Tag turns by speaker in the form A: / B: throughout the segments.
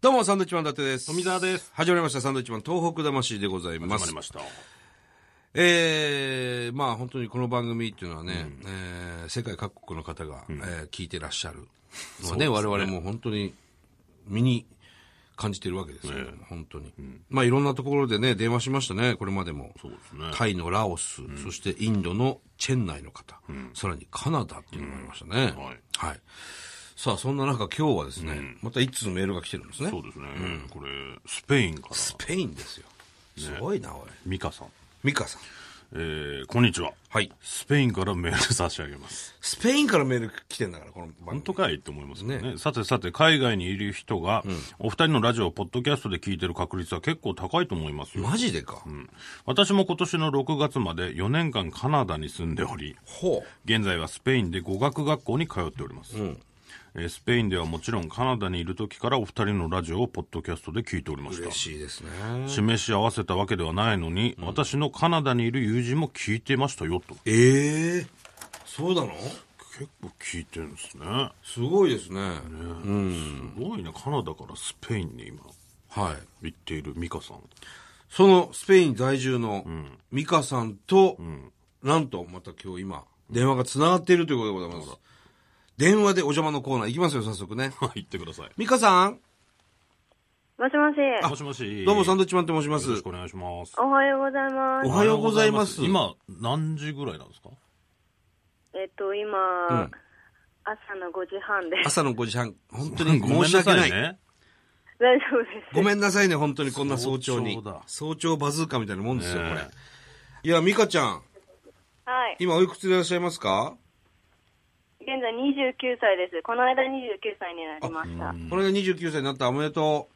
A: どうも、サンドウィッチマン伊達です。
B: 富澤です。
A: 始まりました、サンドウィッチマン東北魂でございま
B: 始ますり。ました。
A: えー、まあ本当にこの番組っていうのはね、えー世界各国の方が、えー聞いてらっしゃるのはね、我々も本当に身に感じてるわけですよ、本当に。まあいろんなところでね、電話しましたね、これまでも。
B: そうですね。
A: タイのラオス、そしてインドのチェン内の方、さらにカナダっていうのがありましたね。
B: うん
A: は
B: はいい。
A: さあ、そんな中今日はですね、また一通メールが来てるんですね。
B: そうですね。これ、スペインから、
A: スペインですよ。すごいな、おい。
B: ミカさん。
A: ミカさん。
B: えー、こんにちは。
A: はい。
B: スペインからメール差し上げます。
A: スペインからメール来てんだから、この番
B: 本当
A: 組。
B: かいって思いますよね。さてさて、海外にいる人が、お二人のラジオをポッドキャストで聞いてる確率は結構高いと思いますよ。
A: マジでか。
B: うん私も今年の6月まで4年間カナダに住んでおり、
A: ほう。
B: 現在はスペインで語学学校に通っております、えースペインではもちろんカナダにいる時からお二人のラジオをポッドキャストで聞いておりました
A: 嬉しいですね。
B: 示し合わせたわけではないのに、私のカナダにいる友人も聞いてましたよと
A: ええそうなの
B: 結構聞いてるんですねね
A: すごいですね。
B: すごいねカナダからスペインに今
A: はい。
B: 行っているミカさん
A: そのスペイン在住のミカさんと、なんとまた今日今、電話が繋がっているということでございます。電話でお邪魔のコーナー行きますよ、早速ね。
B: はい行ってください
A: ミカさん、
C: もしもし。
B: もしもし
A: どうもサンドウィ
B: よ
A: ッチマンと申しま
B: ろし
A: す
B: く。お願いします
C: おはようございま
A: お
C: す。
A: はようございます
B: おはようございます今何時ぐらいなんですか
C: えっと、今、
A: うん
C: 朝の5時半です。
A: 朝の5時半、本当に申し訳ない。
B: ね
C: 大丈夫で す。
A: ごめんなさいね、本当にこんな早朝に
B: 早朝だ。
A: 早朝バズーカみたいなもんですよ、こ
B: ねえ
A: れ。いや、ミカちゃん、
C: はい。
A: 今おいくつでいらっしゃいますか
C: 現在29歳です。この間29歳になりました。
A: これが29歳になったおめで と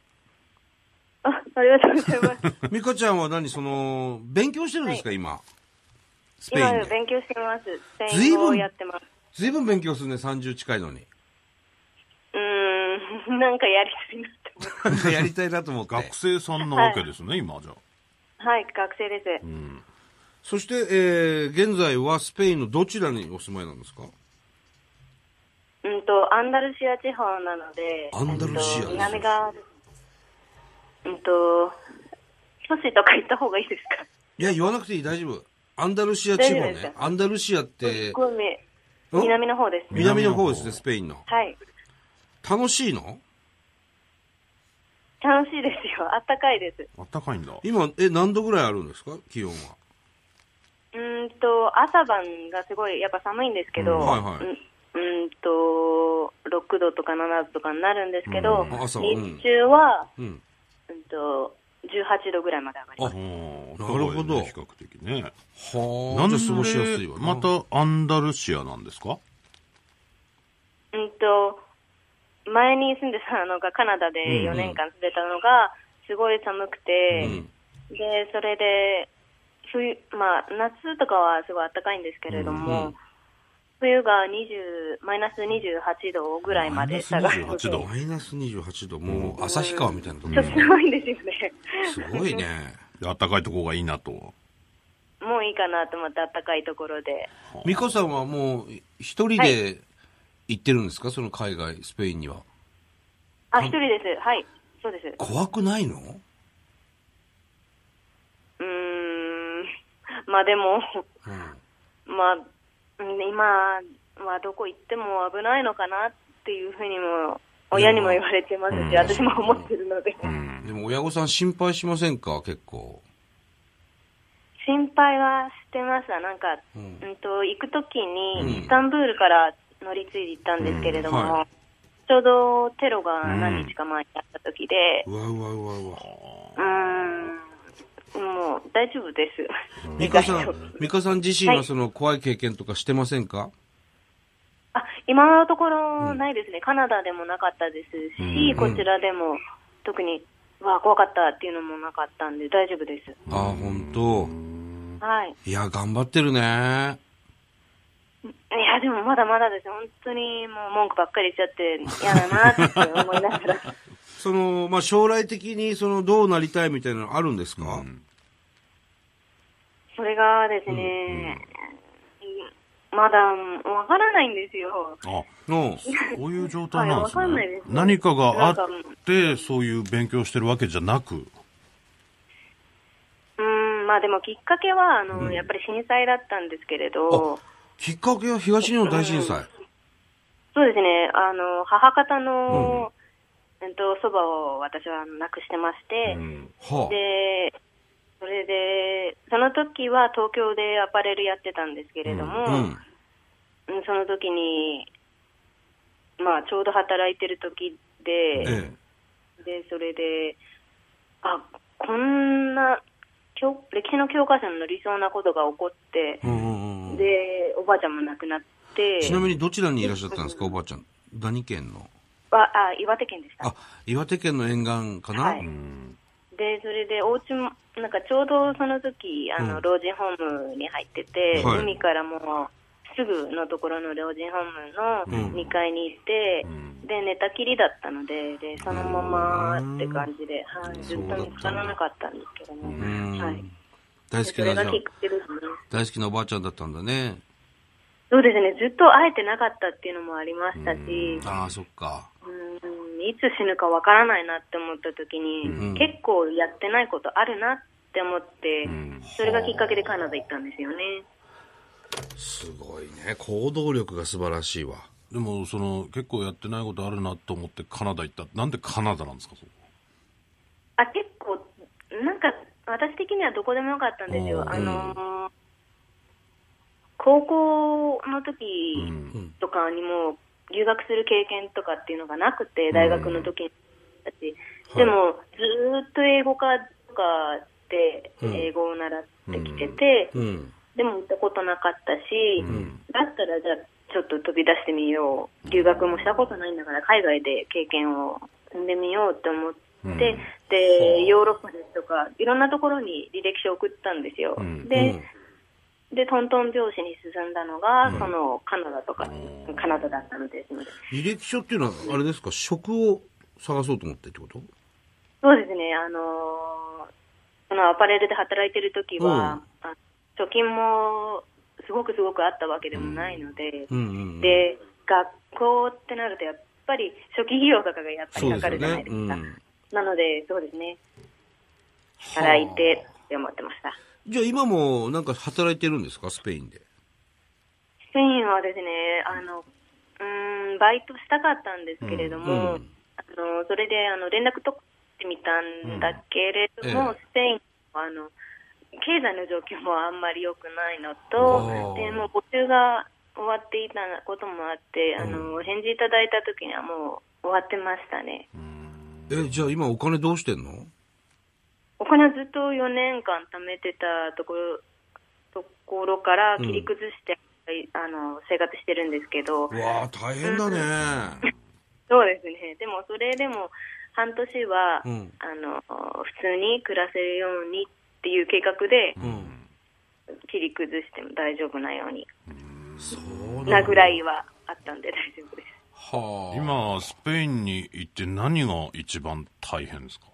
C: あ ありがとうござ います。
A: う。ミカちゃんは何、その、勉強してるんですか、今。スペイ
C: 今
A: ンで。
C: 勉強してます。スペイン語をやってます。
A: ずいぶん勉強するね、30近いの に。
C: うーん、 なんかやりたいなって思って。
A: やりたいなと思って
B: 学。生さんなわけですね、今じゃあ
C: はい、学生です。
B: うん
A: そして、えー、現在はスペインのどちらにお住まいなんですか
C: うんと、アンダルシア地方なので、
A: アンダルシア
C: うんと南側です。うんと、都市とか行った方がいいですか
A: いや、言わなくていい、大丈夫。アンダルシア地方
C: 大丈夫です
A: ね。アンダルシアっ、
C: すってごいみ
A: うん
C: 南の方です。
A: 南の方ですね、スペインの。
C: はい。
A: 楽しいの
C: 楽しいですよ。あ ったかいです。
B: あったかいんだ
A: 今、え、何度ぐらいあるんですか気温は。
C: うーんと、朝晩がすごい、やっぱ寒いんですけど、
A: うんはいはいう
C: うーんと、6度とか7度とかになるんですけど、
A: うん朝はうん
C: 日中は、
A: うん。
C: うんと、18度ぐらいまで上がりま
B: あ
C: す。
B: な
A: なるほど
B: 比較的ね。
A: は
B: な
A: あ。
B: ん
A: じ
B: で
A: ゃあ過ごしやすいわな。
B: またアンダルシアなんですか
C: うんと、前に住んでたのがカナダで
A: うん
C: 4年間住んでたのが、すごい寒くて、
A: うん
C: で、それで、冬、まあ、夏とかはすごい暖かいんですけれども、
A: うんうん
C: 冬が20、マイナス28度ぐらいまで下がるので、ち
B: マイナス28度
C: ょ
A: マイナス28度、もう、旭川みたいなとこ
C: っとすごいんですよね。
A: すごいね。
B: であったかいとこがいいなと。
C: もういいかなと思って、暖かいところで。
A: 美香さんはもう、一人
C: は
A: で行ってるんですかその海外、スペインには。
C: あ、一人です。はい。そうです。う
A: 怖くないの
C: ーん。まあでも、
A: うん。
C: まあ、うん今はどこ行っても危ないのかなっていうふうにも、親にも言われてますし、私も思ってるので。
B: うん。
A: でも親御さん心配しませんか結構。
C: 心配はしてました。なんか、
A: う
C: うんん、と、行くとき
A: うん
C: に、イスタンブールから乗り継いで行ったんですけれども、
A: うんは
C: ちょうどテロが何日か前にあったときで、
A: うわうわうわうわ。
C: うーん、もう大丈夫です。
A: 美香さ
C: 意外と
A: ん、美香さん自身はその怖い経験とかしてませんか、
C: あ、今のところないですね。カナダでもなかったですし、
B: うん
C: こちらでも特に、わあ、怖かったっていうのもなかったんで大丈夫です。
A: ああ、本当。
C: はい。
A: いや、頑張ってるね。
C: いや、でもまだまだです。本当にもう文句ばっかり言っちゃって嫌だなって思いながら。
A: その、まあ、将来的に、その、どうなりたいみたいなのあるんですか、
C: それがですね、うんまだわからないんですよ。
B: あ、
A: うん。
B: そういう状態なんです
C: はいわかんな
B: ね
C: いです。
B: 何かがあっ
C: なんか
B: て、そういう勉強してるわけじゃなく。
C: うん、まあでもきっかけは、あの、やっぱり震災だったんですけれど、
A: きっかけは東日本大震災。
C: そうですね、あの、母方の、えっと、祖母を私は亡くしてまして、
B: うん
A: は
C: で、それで、その時は東京でアパレルやってたんですけれども、
A: あ。うん。
C: うんその時に、まあ、ちょうど働いてる時で、
A: え
C: で、それで、あ、こんな、教歴史の教科書の理想なことが起こって
A: え。う、んうんうんうん。
C: で、おばあちゃんも亡くなって、
A: ちなみにどちらにいらっしゃったんですか、おばあちゃん。何県の
C: わあ岩手県でした
A: あ。、岩手県の沿岸かな、
C: はい
B: うん
C: で、それで、お家も、なんかちょうどその時、あの、
A: うん
C: 老人ホームに入ってて、
A: はい
C: 海からもう、すぐのところの老人ホーム
A: うん
C: の2階に行って、
B: うん
C: で、寝たきりだったので、で、そのままって感じで、はい、ずっ
A: そうだったんだ
C: と見つからなかったんですけど
B: う
A: うん
C: ね。はい。
A: 大好
C: でそ
A: き
C: れ
A: な、じゃ
C: が
A: あ
C: きっかけですね。
A: 大好きなおばあちゃんだったんだね。
C: そうですね、ずっと会えてなかったっていうのもありましたし、
A: ああ、そっか。
C: うんいつ死ぬかわからないなって思った時に、
A: うん
C: 結構やってないことあるなって思って、
B: ん
C: それがきっかけでカナダ行ったんですよね。
A: すごいね。行動力が素晴らしいわ。
B: でも、その、結構やってないことあるなと思ってカナダ行った。なんでカナダなんですか、そこ。
C: あ結構なんか私的にはどこでもよかったんです
B: お
C: よ。
B: ー
C: あのー高校の時
B: うん
C: とかにも留学する経験とかっていうのがなくて大学の時にだし、でもずーっと英語科とかで
A: うん
C: 英語を習ってきてて、
A: うん。
C: でも行ったことなかったし、
A: ん
C: だったらじゃあちょっと飛び出してみよう留学もしたことないんだから海外で経験を積んでみようと思って、
B: うん
C: でヨーロッパですとかいろんなところに履歴書を送ったんですよ、
B: うん
C: で,、でトントン拍子に進んだのが、そのカナダとか
B: うん
C: カナダだったのですので
A: 履歴書っていうのは、あれですか、職を探そうと思ってってこと
C: そうですねあのーそのアパレルで働いてる時は、あ貯金もすごくすごくあったわけでもないので、
A: うんうんうん。
C: で、学校ってなると、やっぱり初期費用とかがやっぱりかかるじゃないですか。
A: そうですよね
C: なので、そうですね、
A: はあ
C: 働いてって思ってました。
A: じゃあ今もなんか働いてるんですか、スペインで。
C: スペインはですね、あの、うーん、バイトしたかったんですけれども、
A: うん
C: あのそれであの連絡取ってみたんだけれども、
A: うんえ
C: スペインはあの経済の状況もあんまり良くないのと
A: あ、ー
C: でもう募集が終わっていたこともあって、あの、返事いただいた時にはもう終わってましたね。
A: え、じゃあ今お金どうしてんの
C: お金をずっと4年間貯めてたところところから切り崩して、あの生活してるんですけど、
A: うわあ、大変だね。
C: そうですね、でもそれでも半年は、
A: うん
C: あの普通に暮らせるようにっていう計画で
A: うん。
C: 切り崩しても大丈夫なように
A: そう
C: な
A: だ。
C: ぐらいはあったんで大丈夫です。
A: はあ。
B: 今、スペインに行って何が一番大変ですか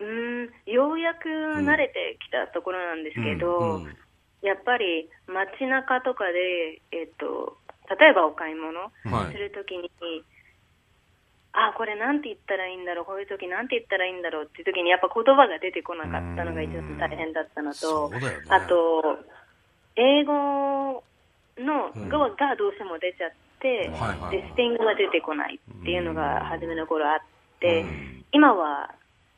C: うーんようやく慣れてきたところなんですけど、
A: うんうん
C: やっぱり街中とかで、えっと例えばお買い物
A: はい
C: するときに、あこれなんて言ったらいいんだろうこういう時なんて言ったらいいんだろうっていう時にやっぱ言葉が出てこなかったのが一番大変だったの
A: そう
C: と、
A: だよね。
C: あと英語の語がどうしても出ちゃって、
A: はいはい
C: でスペイン語が出てこないっていうのが初めの頃あって、今は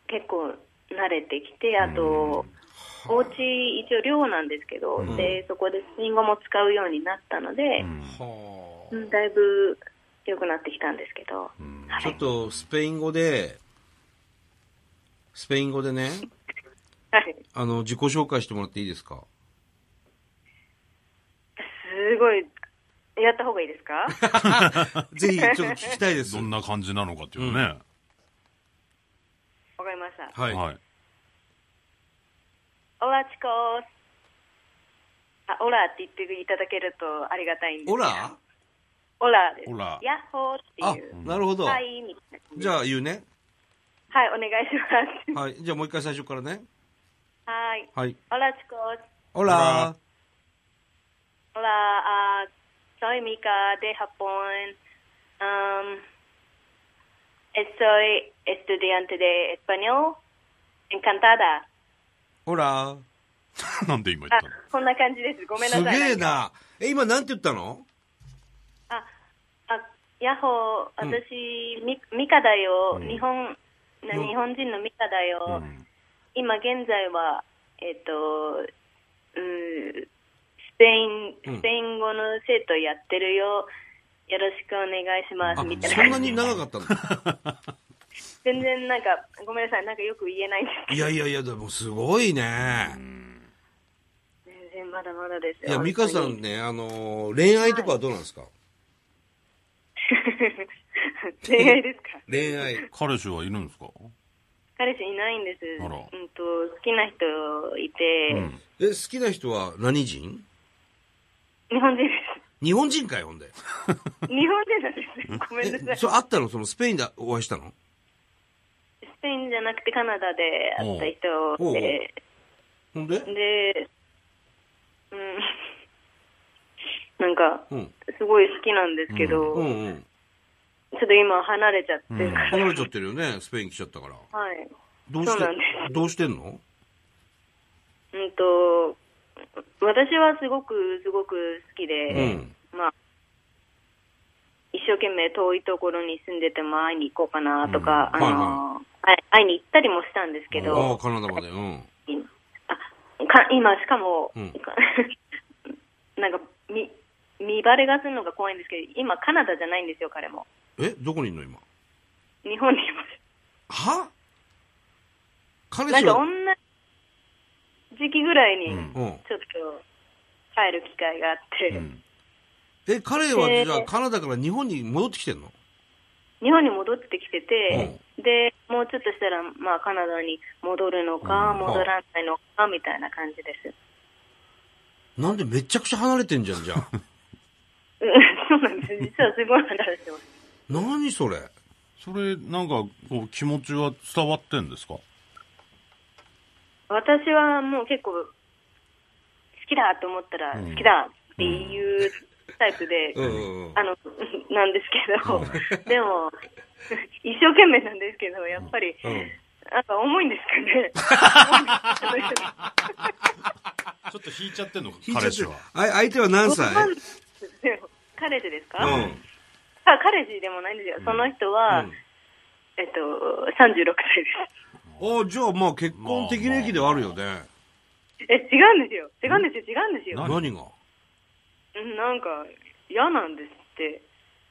C: 結構慣れてきてあと、お家一応寮なんですけど、でそこでスペイン語も使うようになったので、
A: はあ。
C: うんだいぶ良くなってきたんですけど、はい
A: ちょっとスペイン語で、スペイン語でね、
C: はい
A: あの、自己紹介してもらっていいですか
C: すごいやった方がいい ですか
A: ぜひ、ちょっと聞きたいです
B: ど。んな感じなのかっていうね。
C: わかりました。
A: はい。
B: はい。
C: オラチコース。あ、オラって言っていただけるとありがたいんです
A: オ
C: けど
A: ラ
C: オラです。
B: オラ
C: ヤッホー
A: あ
C: っていう。、
A: なるほど。
C: はい、みたいな感じ。
A: じゃあ言うね。
C: はい、お願いします。
A: はい。じゃあもう一回最初からね。
C: はい。
A: はい。
C: オラチコース。
A: オラ
C: la, uh, soy Mika de Japón. Um, soy estudiante de español. Encantada.
A: ほら。
B: なんで今言っ
C: あ
B: たの、
C: こんな感じです。ごめんな
A: す
C: さい。
A: げえな。え、今なんて言ったの
C: あ、あ、ヤッホー、私、ミミカだよ。日本、な
A: うん
C: 日本人のミカだよ。
B: ん
C: 今現在は、えっ、と、うースペイ
A: うん
C: ン、スペイン語の生徒やってるよ。よろしくお願いします。
A: あ、
C: みたい
A: そ
C: な。
A: んなに長かったの
C: 全然なんか、ごめんなさい。なんかよく言えないんで
A: いやいやいや、でもすごいね。
C: す。全然まだまだです
A: い
C: よ。
A: や、美香さ
C: 本
A: んね、あのー、恋愛とかはどうなんですか、
C: 当に。恋愛ですか
A: 恋愛。
B: 彼氏はいるんですか
C: 彼氏いないんです。
B: あら
C: うんと、好きな人いて、
B: うん。
A: え、好きな人は何人
C: 日本人です。
A: 日本人かよ、ほんで。
C: 日本人なんです。ごめんなさ
A: え、
C: い。ス
A: それあったのそのスペインでお会いしたの
C: ペインじゃなくてカナダで会った人で、
A: ほんで
C: で、うん、なんか、
A: うん。
C: すごい好きなんですけど、
A: うんうん。
C: ちょっと今離れちゃってるから、
A: 離れちゃってるよね、スペイン来ちゃったから。
C: はい。
A: どう
C: そ
A: し
C: う
A: て
C: なんで、
A: どうしてんの
C: うんと、私はすごくすごく好きで、
A: うん
C: まあ、一生懸命遠いところに住んでても会いに行こうかなとか、
A: うんはい
C: あの、会い会いに行ったりもしたんですけど、
A: ああ、カナダまで。うん。
C: あか今、しかも、
A: うん
C: なんか見、見バレがするのが怖いんですけど、今、カナダじゃないんですよ、彼も。
A: え、どこにいんの今。
C: 日本にいます。
A: は彼
C: なん
A: 氏
C: か、
A: は、
C: 同じ時期ぐらいに、
B: うん
A: うん。
C: ちょっと帰る機会があって、
B: うん。
A: え、彼は
C: で
A: じゃあカナダから日本に戻ってきてんの
C: 日本に戻ってきてて、で、もうちょっとしたら、まあ、カナダに戻るのか、
B: うん
C: 戻らないのか、みたいな感じです。
A: なんでめちゃくちゃ離れてんじゃん、じゃあ。
C: うんそうなんです。実はすごい離れてます。
A: 何それ
B: それ、なんか、こう、気持ちは伝わってんですか
C: 私はもう結構好きだと思ったら
B: うん
C: 好きだっていうタイプで、
A: うんうんうん
C: あのなんですけど、でも一生懸命なんですけどやっぱり、
A: うん
C: なんか重いんですかね
B: ちょっと引いちゃってんのか
A: 彼
B: 彼
A: 氏
B: 氏
A: は
B: は。
A: あ相手は何歳
C: わかんないでも彼氏ですか、
A: うん
C: あ彼氏でもないんですよその人は、
A: うん
C: えっと36歳です
A: あじゃあまあ結婚適齢期ではあるよね
C: え違うんですよ違うんですよ違うんですよ
B: まあまあ
A: 何が
C: うんなんか嫌なんですって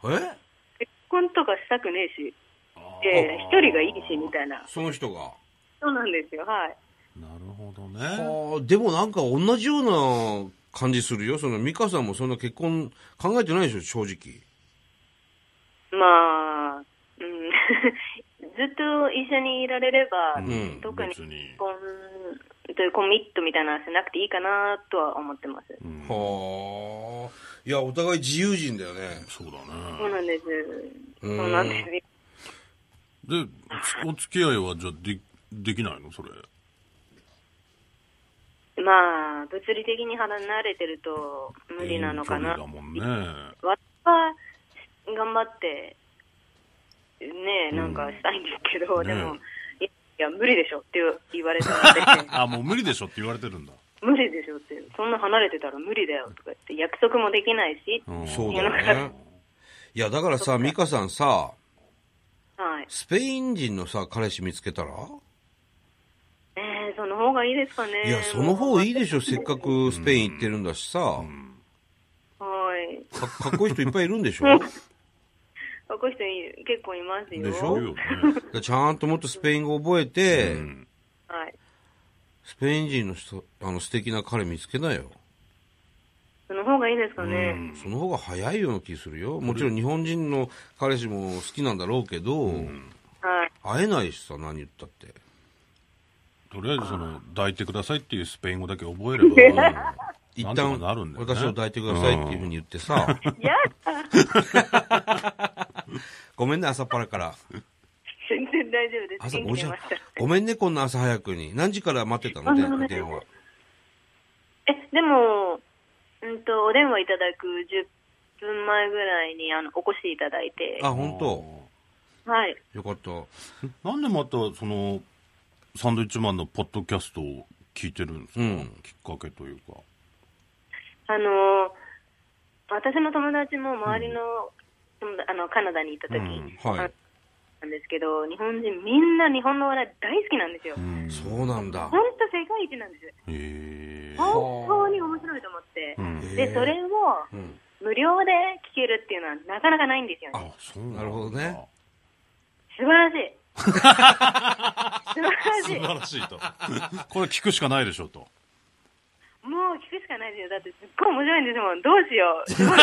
A: え
C: 結婚とかしたくねえし
B: あー
C: えー一人がいいしみたいな。
A: その人が
C: そうなんですよ、はい。
B: なるほど
A: あ
B: ね。
A: ーでもなんか同じような感じするよその美香さんもそんな結婚考えてないでしょ正直
C: まあ、うん、 ずっと一緒にいられれば、
A: ん
C: 特に
B: 別に
C: 結婚というコミットみたいなのはしなくていいかなとは思ってます。
B: うん
A: はあいやお互い自由人だよね
B: そうだ
C: そ
B: ね。
C: うなんです。
A: うん
C: そうなんですよ。
B: で、お付き合いはじゃあでできないのそれ。
C: まあ、物理的に離れてると無理なのか
B: 遠。
C: な
B: 距離だもんね。
C: 私は頑張って、ねえ、なんかしたいんですけど、
B: うん
C: でも、
B: ね
C: いや、いや無理でしょって言われたので。
B: あ、もう無理でしょって言われてるんだ。
C: 無理でしょって、そんな離れてたら無理だよとか言って、約束もできないし、
B: うん
A: そうだよねいやだからさ美香さんさ
C: はい。
A: スペイン人のさ彼氏見つけたら
C: えー、その方がいいですかね。
A: いやその方いいでし
C: ょ。
A: ょせっかくスペイン行ってるんだしさ
C: はい。
A: かかっこいい人いっぱいいるんでしょ
C: 若い人い結構いますよ。
A: でし
B: そ
A: ょ
B: うよね。
A: でちゃんともっとスペイン語覚えて、
B: うん
C: はい。
A: スペイン人の人、あの素敵な彼見つけなよ。
C: その方がいいですか
B: う
C: ね。
B: ん
A: その方が早いような気するよ。もちろん日本人の彼氏も好きなんだろうけど、
C: はい。
A: 会えないしさ、何言ったって。
B: とりあえずその、抱いてくださいっていうスペイン語だけ覚えれば、
A: 一
B: なんと
A: 旦、
B: かなるんだよね
A: 私を抱いてくださいっていうふうに言ってさ、
C: いや、
A: ごめんね、朝っぱらから。
C: 全然大丈夫です。
A: 朝
C: 元
A: 5
C: 気出
A: 時
C: ました。、
A: ごめんね、こんな朝早くに。何時から待ってたの
C: あごめんなさ
A: で
C: い
A: 電話。
C: え、でも、うんと、お電話いただく10分前ぐらいにあのお越しいただいて、
A: あ、本当。
C: はい。
A: よかった。
B: なんでまた、その、サンドイッチマンのポッドキャストを聞いてるんですか、
A: うん
B: きっかけというか。
C: あの、私の友達も周りの、あの、カナダに行った時、
B: うん
A: はい
C: あなんですけど、日本人みんな日本のお笑い大好きなんですよ。
B: うん
A: そうなんだ。
C: 本当世界一なんです。
B: へえ。
C: 本当に面白いと思って
B: う。ん。
A: へえ
C: で、それを
A: うん。
C: 無料で聞けるっていうのはなかなかないんですよ
B: あ、
C: ね。
B: そうなんだ
A: なるほどね。
C: 素晴らしい。素
B: 素
C: 晴らしい。
B: 晴らしいと。 これ聞くしかないでしょうと。
C: もう聞くしかないですよ。だってすっごい面白いんですもん。どうしよう。すごい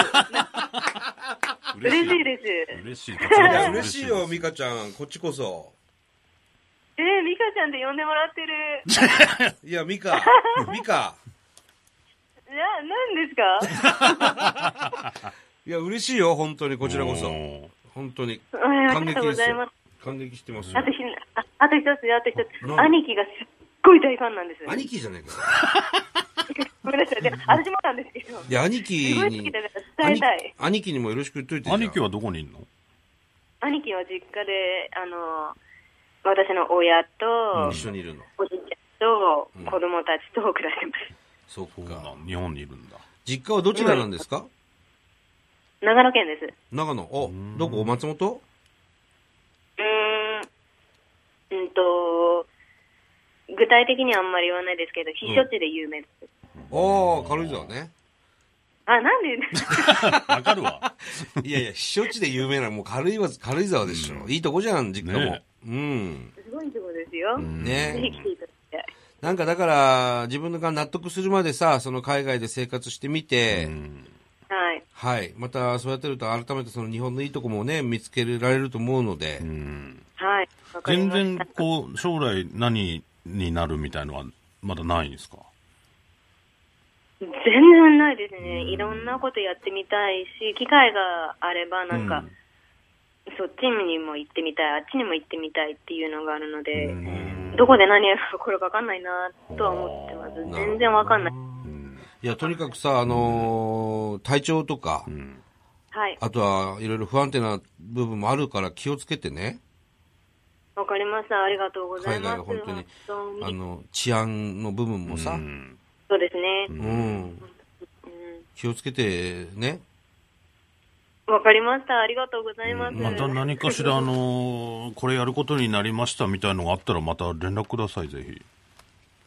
C: 嬉しいです。
B: 嬉しい。
A: い
B: い
A: や、嬉しいよ、美香ちゃん。こっちこそ。
C: えー、ミカちゃんって呼んでもらってる。い
A: いや、美 香。美香。
C: や、何ですか
A: いや、嬉しいよ、本当に、こちらこそ。
B: お
A: 本当に。
C: うんあ
A: 感激
C: りがとうご
A: です
C: ざいます
A: よ。。感激してますよ
C: あとひああと一つ、あと一
A: なん
C: つ。
A: だ
C: 兄貴がすっごい大ファンなんです。
A: 兄貴じゃねえか。
C: ごめんなさい。で私もなんですけど。
A: いや、兄貴
C: すごい好
A: に
C: きだから伝え
A: 兄
C: たい。
A: 兄貴にもよろしく言っといて
B: ー兄貴
A: は
B: はどこにいんの
C: 兄貴は実家で、あの、私の親と、
A: 一緒にいるの。
C: おじいちゃんと、子供たちと暮らしてます。
A: そ
B: そううな
A: か。
B: ん日本にいるんだ。
A: 実家はどちらなんですか
C: 長野県です。
A: 長野。お
B: ん、
A: どこ松本
C: うーん、うんと、具体的にはあんまり言わないですけど、避暑地で有名です。
A: おー、軽井沢ね。
C: あ、なんで
B: わかるわ。
A: いやいや、避暑地で有名な、もう軽井沢、軽井沢でしょ。いいとこじゃん、実家も
B: ね。
A: うん。
C: すごいとこですよ。ぜ
A: ね
C: ひ来ていただきたい。
A: なんかだから、自分が納得するまでさ、その海外で生活してみて
B: う、ん
C: はい。
A: はい。また、そうやってると、改めてその日本のいいとこもね、見つけられると思うので
B: う、ん
C: はい。わかり
B: 全
C: ました
B: 然、こう、将来何になるみたいのは、まだないんですか
C: 全然ないですね。いろんなことやってみたいし、機会があれば、なんか、そっちにも行ってみたい、あっちにも行ってみたいっていうのがあるので、
B: うん
C: どこで何やるかこれわかんないなとは思ってます。全然わかんない。
B: うん
A: いや、とにかくさ、あのー体調とか、
B: うん
C: はい。
A: あとはいろいろ不安定な部分もあるから気をつけてね、
C: わかりました。ありがとうござい
A: 海
C: ま
A: 外
C: す。
A: は本当に、
C: 本当
A: あ
C: に
A: の、治安の部分もさ、う、
B: うんん
C: そうですね。
A: 気をつけてね、
C: うん。わかりました。ありがとうございます。
B: また何かしら、あのーこれやることになりましたみたいのがあったら、また連絡ください、ぜひ。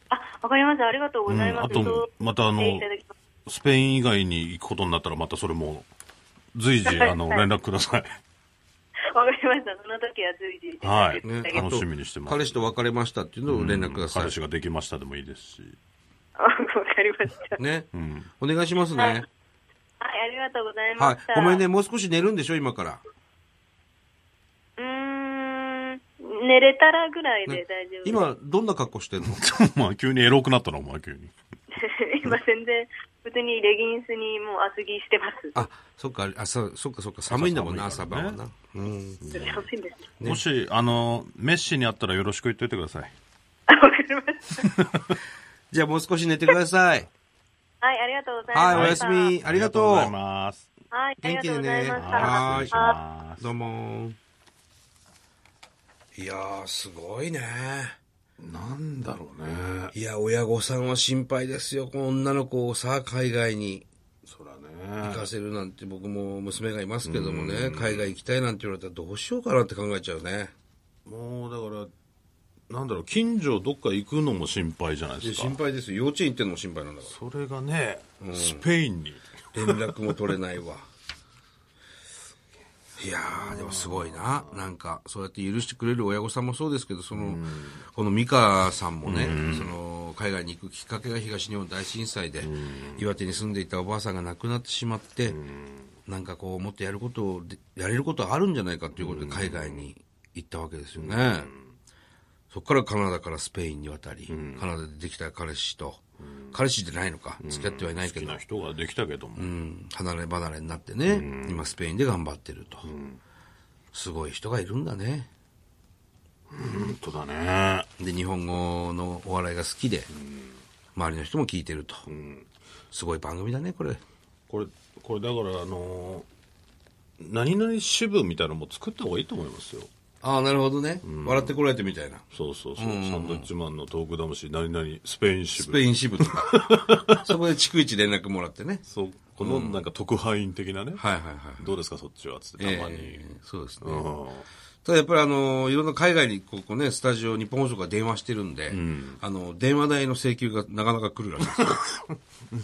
C: あ、わかりました。ありがとうございます。
B: うんあと
C: そう
B: またあの
C: していただきます
B: スペイン以外に行くことになったら、またそれも、随時、あの、連絡ください。
C: わかりました。その時は随時。
B: はい。
A: ね
C: ありが
B: 楽しみにしてます。
A: 彼氏と別れましたっていうのを連絡ください。
B: 彼氏ができましたでもいいですし。
C: あ わかりました。
A: ね、
B: うん。
A: お願いしますね。
C: はい、ありがとうござい
A: は
C: ま
A: い
C: し。
A: ご
C: た。
A: めんね、。もう少し寝るんでしょ、今から。
C: うーん、寝れたらぐらいで大丈夫。
A: 今、どんな格好してんの
B: お前、急にエロくなったな、お前、急に。
C: 今全然、普通にレギンスにもう厚着してます。
A: あ、そっか、あ、そそっか、そっか、寒いんだもんな、
B: 朝
A: 朝
B: 寒い
A: 晩
B: から
A: は
B: ね
A: な。うん。
C: 寒いです。
B: もし、あの、メッシに会ったらよろしく言っといてください。
C: あわかりました。
A: じゃあもう少し寝てください。
C: はい、ありがとうございま
A: は
C: した。
A: い、おやすみ。ありがと。
B: ありがとうございうます。
C: はい、ありがとうございました。
A: はい
B: 失礼しま
A: どうもいやー、すごいね。
B: す。なんだろうね。
A: いや、親御さんは心配ですよ。この女の子をさ、海外に
B: そら
A: 行か
B: ね。
A: せるなんて、僕も娘がいますけどもね、海外行きたいなんて言われたらどうしようかなって考えちゃうね。
B: もう、だから、なんだろう、近所どっか行くのも心配じゃないで
A: です
B: か
A: 心。配ですよ。幼稚園行ってんのも心配なんだか
B: それがね、スペインに。
A: ら。連絡も取れないわ。いやー、でもすごいな。なんか、そうやって許してくれる親御さんもそうですけど、その、この美香さんもね、その、海外に行くきっかけが東日本大震災で、岩手に住んでいたおばあさんが亡くなってしまって、なんかこう、もっとやることをで、やれることはあるんじゃないかということで、海外に行ったわけですよね。そこからカナダからスペインに渡り、カナダでできた彼氏と、彼氏じゃないのか、付き合ってはいないけ
B: 好き
A: ど
B: な、人ができたけども。
A: うん離れ離れになってね、今スペインで頑張ってると、すごい人がいるんだね
B: 本当だね。
A: で日本語のお笑いが好きで、周りの人も聞いてると、すごい番組だね、これ。
B: これ、これだから、あのー何々支部みたいなのも作った方がいいと思いますよ。
A: ああ、なるほどね。笑ってこられてみたいな。
B: そうそうそう。サンドイッチマンのトーク魂、何々、スペイン支
A: ス
B: 部。
A: ペイン支部と か。そこで逐一連絡もらってね。
B: そう、このなんか特派員的なね。
A: はいはいはい。
B: どうですか、そっちは。つって、たまに。
A: ええそうですね。
B: うん
A: ただやっぱりあの、いろんな海外にここね、スタジオ、日本放送が電話してるんで、あの、電話代の請求がなかなか来るらしいですよ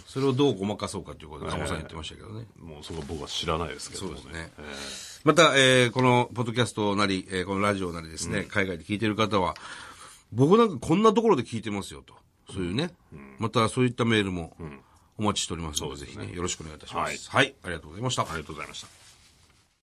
A: それをどうごまかそうかということで、鴨さん言ってましたけどね。
B: もうそこ僕は知らないですけど
A: そう
B: も
A: で
B: ね。
A: すね。また、えーこのポッドキャストなり、えーこのラジオなりですね、海外で聞いてる方は、僕なんかこんなところで聞いてますよと。そういうね。またそういったメールもお待ちしておりますので、ぜひね、よろしくお願いいたします。はい。ありがとうございました。
B: ありがとうございました。